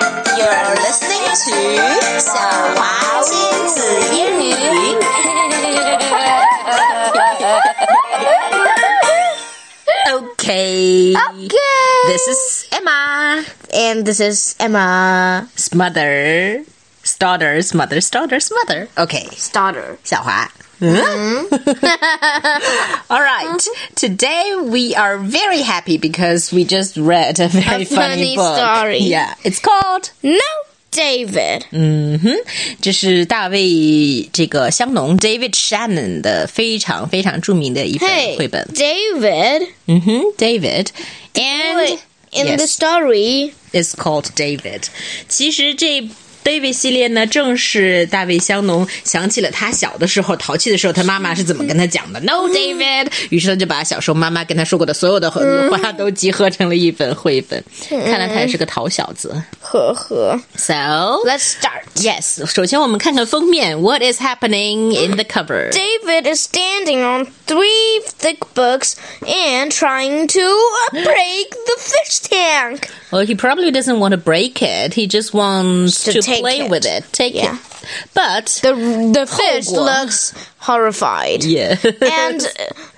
You're listening to 小华亲子英语。Okay. Okay. This is Emma. And this is Emma Smother. Starter, smother, starter, smother. Okay. Starter. 小华。All right. Mm-hmm. Today we are very happy because we just read a very funny, A funny book. story. Yeah, it's called No, David. 嗯哼，这是大卫这个香农 David Shannon 的非常非常著名的一本 Hey, 绘本。 David. 嗯哼，David and in yes. the story, is called David。其实这 David 系列呢，正是大卫香农想起了他小的时候淘气的时候，他妈妈是怎么跟他讲的？No David，于是他就把小时候妈妈跟他说过的所有的话都集合成了一本绘本。看来他也是个淘小子。So Let's start. yes，首先我们看看封面，What is happening in the cover？ David is standing on three thick books and trying to uh, break the fish tank. Well, he probably doesn't want to break it. He just wants to, To take play it. with it, take Yeah. it. But The the fish Hogwarts. looks horrified. yeah. and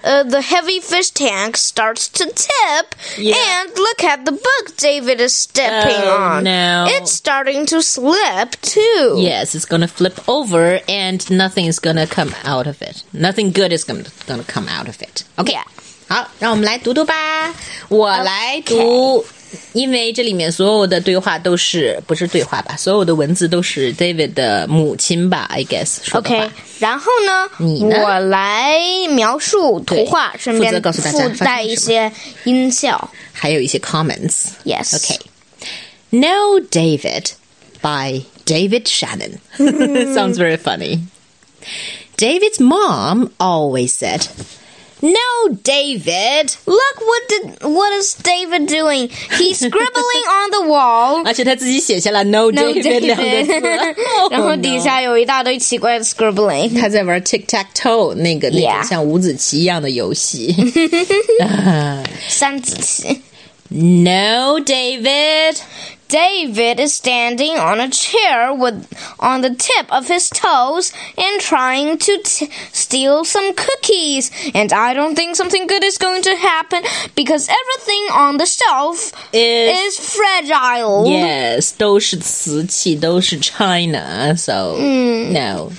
uh, the heavy fish tank starts to tip. Yeah. And look at the book David is stepping Oh, on. no. It's starting to slip too. Yes, it's gonna flip over and nothing is gonna come out of it. Nothing good is gonna gonna come out of it. Okay. Yeah. 好，让我们来读读吧。我来读因为这里面所有的对话都是不是对话吧？所有的文字都是 David 的母亲吧？I guess 说的话 OK，然后呢，呢我来描述图画，对顺便负责告诉大家附发生了带一些音效。还有一些 comments。 Yes. Okay. No David by David Shannon. Sounds very funny. David's mom always said, No, David. Look what did what is David doing? He's scribbling on the wall. 而且他自己写下了 No No, David 两个字。Oh, 然后底 no. 下有一大堆奇怪的 scribbling。他在玩 tic tac toe 那个那种 Yeah. 像五子棋一样的游戏。三子棋。 no, David. David is standing on a chair with on the tip of his toes and trying to t- steal some cookies. And I don't think something good is going to happen because everything on the shelf Is- is fragile. Yes, 都是瓷器，都是 China. So no,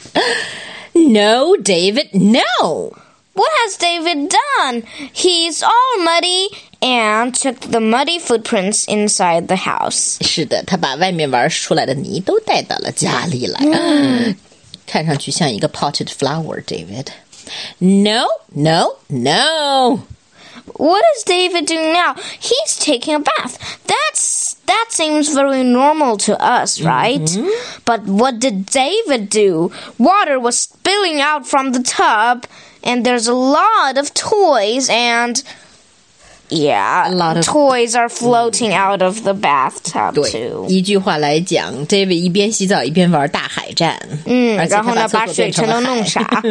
no, David, no. What has David done? He's all muddy and took the muddy footprints inside the house. 是的，他把外面玩出来的泥都带到了家里来，看上去像一个 potted flower. David, no, no, no. What is David doing now? He's taking a bath. That's that seems very normal to us, right? Mm-hmm. But what did David do? Water was spilling out from the tub, and there's a lot of toys and yeah, A lot of- Mm-hmm. toys are floating out of the bathtub 对 too.，一句话来讲，David 一边洗澡一边玩大海战，嗯而且然后呢他把把厕所变成水全了都海 弄洒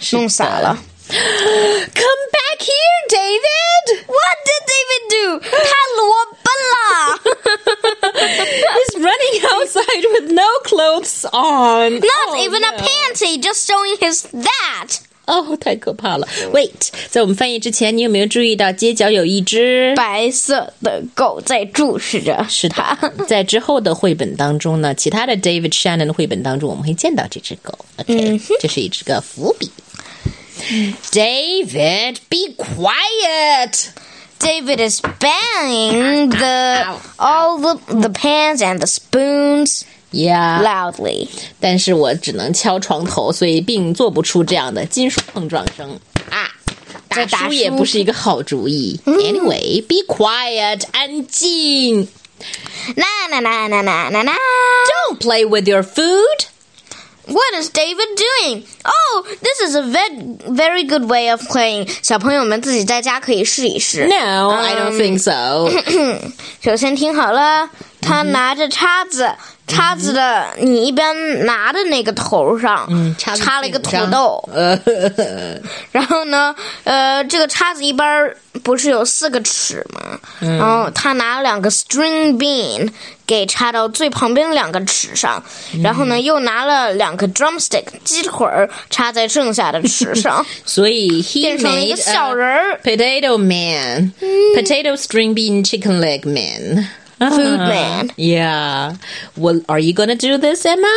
是弄洒的了。 Come back here, David. What did David do? 他裸奔了。 He's running outside with no clothes on. Not Oh, even a no. panty, just showing his that. 哦，太可怕了！Wait，在我们翻译之前，你有没有注意到街角有一只？白色的狗在注视着，是的， 在之后的绘本当中呢，其他的 David Shannon 的绘本当中，我们会见到这只狗。OK，、这是一只个伏笔。David, be quiet. David is banging the Ow. all the the pans and the spoons Yeah， loudly. 但是我只能敲床头，所以并做不出这样的金属碰撞声啊。在打打书书也不是一个好主意。Anyway, be quiet，安静。 Na na na na na na na. Don't play with your food. What is David doing? Oh, this is a very very good way of playing. 小朋友们自己在家可以试一试。 No, um, I don't think so. 首先听好了，他拿着叉子叉子的，你一边拿的那个头上，插插了一个土豆，呃， 然后呢，呃，这个叉子一边儿不是有四个齿吗？然后他拿了两个 string bean 给插到最旁边两个齿上，然后呢，又拿了两个 drumstick 鸡腿儿插在剩下的齿上，所以 he 变成了一 made 个 a 小人儿 potato man, Hmm. potato string bean chicken leg man. food man. Yeah. Well, are you gonna do this, Emma?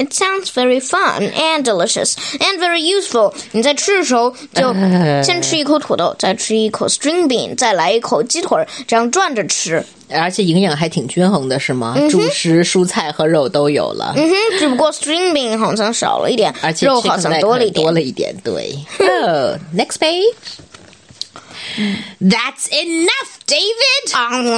It sounds very fun and delicious and very useful. 你在吃的时候 就先吃一口土豆，再吃一口 string bean，再来一口鸡腿儿，这样转着吃。而且营养还挺均衡的，是吗？主食、蔬菜和肉都有了，嗯哼，只不过 string bean 好像少了一点，而且肉好 chicken 像 leg 多了一多点。了一点。 对。oh, next page. That's enough, David.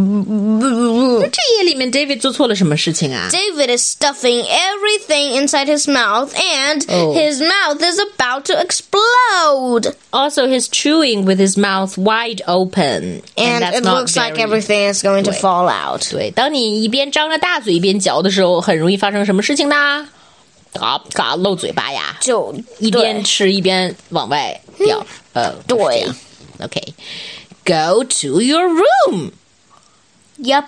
嗯这页里面 David 做错了什么事情啊？ David is stuffing everything inside his mouth, and Oh. his mouth is about to explode. Also, he's chewing with his mouth wide open, And, that's it not looks like very- everything is going to 对。 fall out. 对，当你一边张着大嘴一边嚼的时候，很容易发生什么事情呢？嘎嘎，漏嘴巴呀！就一边吃一边往外掉，呃，就是这样。OK，go、to your room。 Yep.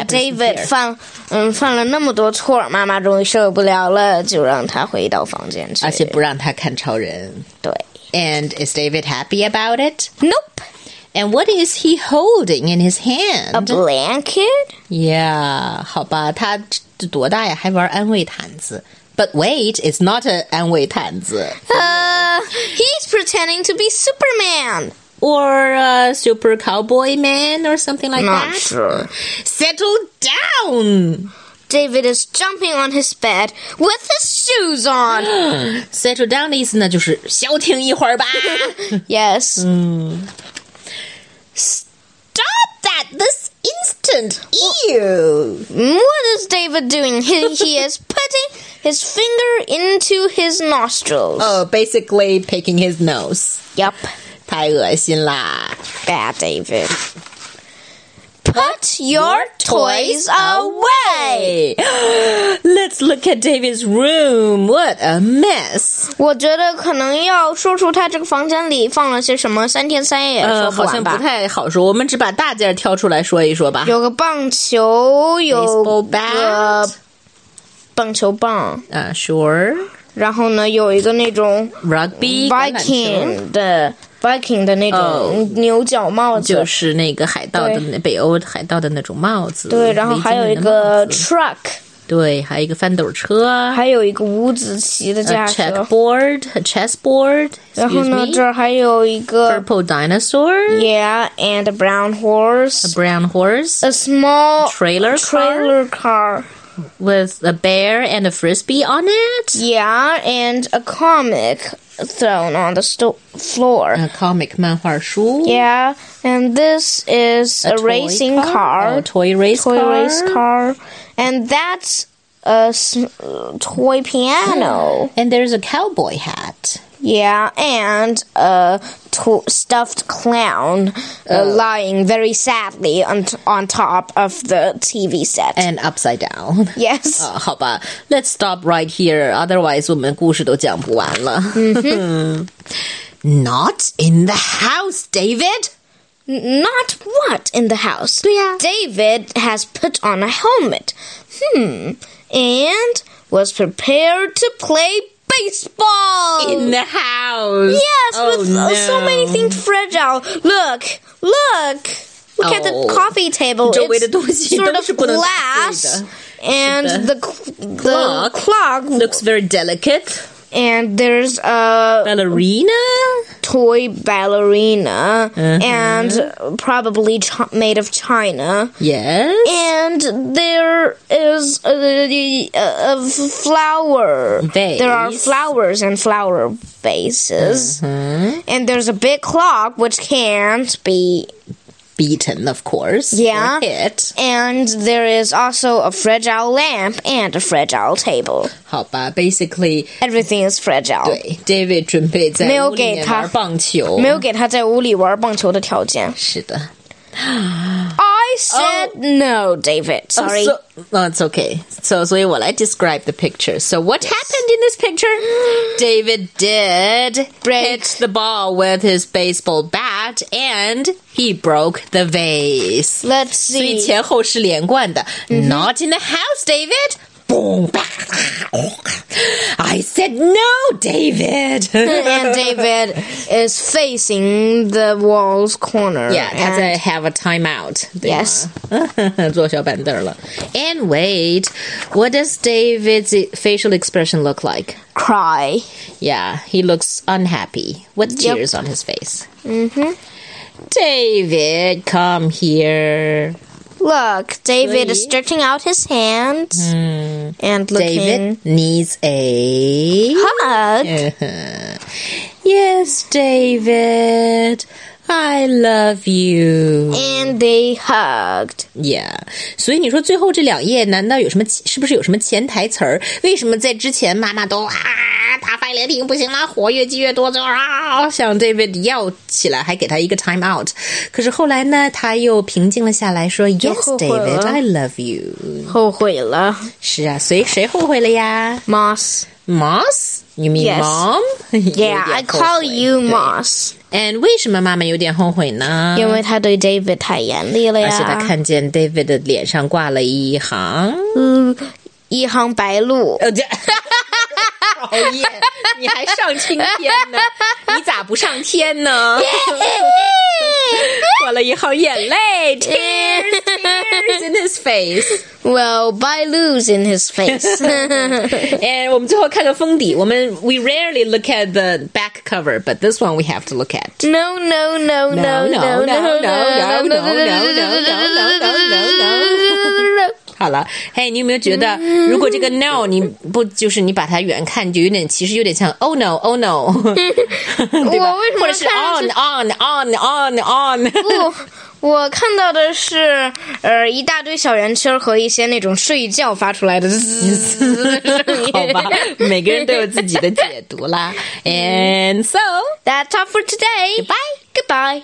happens in Uh, ，David here? 犯嗯犯了那么多错，妈妈终于受不了了，就让他回到房间去。而且不让他看超人。对 And is David happy about it? ，Nope, And what is he holding in his hand? a blanket. Yeah，好吧，他这多大呀，还玩安慰毯子？But wait, it's not an 安慰毯子 Uh, he's pretending to be Superman. or a super cowboy man or something like Not that. sure. Settle down. David is jumping on his bed with his shoes on. Settle down 的意思呢，就是消停一会 儿吧。 yes. Mm. Stop that this instant. Ew. What is David doing? He, he is putting his finger into his nostrils. Oh, basically picking his nose. Yup. 太恶心啦 Bad David. Put your toys away. ！Let's look at David's room. What a mess！我觉得可能要说出他这个房间里放了些什么，三天三夜也说 Uh, 好像完吧。不太好说，我们只把大件儿挑出来说一说吧。有个棒球，有 Baseball 个 bat 棒球棒，啊、s u r e 然后呢，有一个那种 rugby 橄榄球 Viking 的 Viking 的那哦种牛角帽子，就是那个海盗的那北欧海盗的那种帽子，对，然后还有一围巾的那个帽子 truck，对，还有一个翻斗车，还有一个五子棋的 a 架子， checkboard，chessboard，然后呢，这儿还有一个 purple dinosaur，a yeah and a brown horse。 brown horse。 A small Trailer car? trailer car. with a bear and a frisbee on it. Yeah, and a comic thrown on the sto- floor. A comic 漫画书. Yeah, and this is a, toy racing car? car, Oh, toy race toy car. race car, and that's a s- uh, toy piano. And there's a cowboy hat. yeah, and a to- stuffed clown uh, lying very sadly on t- on top of the TV set. And upside down. Uh, yes. 好吧, let's stop right here. Otherwise, 我们故事都讲不完了。Not Mm-hmm. in the house, David. N- Not what in the house? David has put on a helmet. Hmm. And was prepared to play baseball. In the house. yes, oh, with no. uh, so many things fragile. Look, look. Look at Oh. the coffee table. 周围的东西 It's sort of 都是不能打碎的。 glass. And the, c- Clock. the clock. Looks very delicate. And there's a Ballerina. toy ballerina. Uh-huh. And probably chi- made of china. Yes. And there is a, a, a flower. Vase. There are flowers and flower vases. Uh-huh. And there's a big clock which can't be. Beaten, of course. Yeah. Or hit. And there is also a fragile lamp and a fragile table. 好吧，basically Everything is fragile. 对，David 准备在没有屋里面给他玩棒球，没有给他在屋里玩棒球的条件。是的 I said no, David. Oh, Sorry. Oh. So, no, it's okay. So, 所以我来 describe the picture. So, what happened in this picture? David did hit the ball with his baseball bat, and he broke the vase. Let's 所以 see. 前后是连贯的。Not Mm-hmm. in the house, David. Boom! bah, oh. I said no, David. and David is facing the wall's corner. Yeah，他 and 在 have a timeout，对吗 Yes 坐小板凳了。And wait, what does David's facial expression look like? cry. Yeah, he looks unhappy with Yep. tears on his face. Mm-hmm. David, come here. Look, David is Sweet. stretching out his hands and looking. Hmm. David needs a Hug. yes, David. I love you. And they hugged. Yeah，所以你说最后这两页，难道有什么？是不是有什么潜台词儿？为什么在之前妈妈都啊大发雷霆，不行了，火越积越多，就啊向 David 要起来，还给他一个 time out。可是后来呢，他又平静了下来， 说 Yes, 后悔了 David, I love you。是啊，所以谁后悔了呀 Moss. ？Moss, you mean Yes. mom? Yeah, 有 I 点后 call 悔 you 对 Moss. And 为什么妈妈有点后悔呢？因为他对 David 太严厉了呀。而且她看见 David 的脸上挂了一行。 一行白鹭。呃，这讨厌，你还上青天呢？你咋不上天呢？ 抹了一行眼泪，tears tears in his face。 well, Bailu's in his face. 哎，我们最后看个封底。我们 we rarely look at the back cover, but this one we have to look at. No, no, no, no, No, no, no, no, no, no, no, no, no, no, no, no, 好了，嘿，你有没有觉得，如果这个 no 你不就是你把它远看，就有点其实有点像 oh no oh no，对吧我为什？么或者是 on 看 on on on on，不，我看到的是，呃，一大堆小圆圈和一些那种睡觉发出来的 好吧，每个人都有自己的解读啦。And so That's all for today. Goodbye. Goodbye.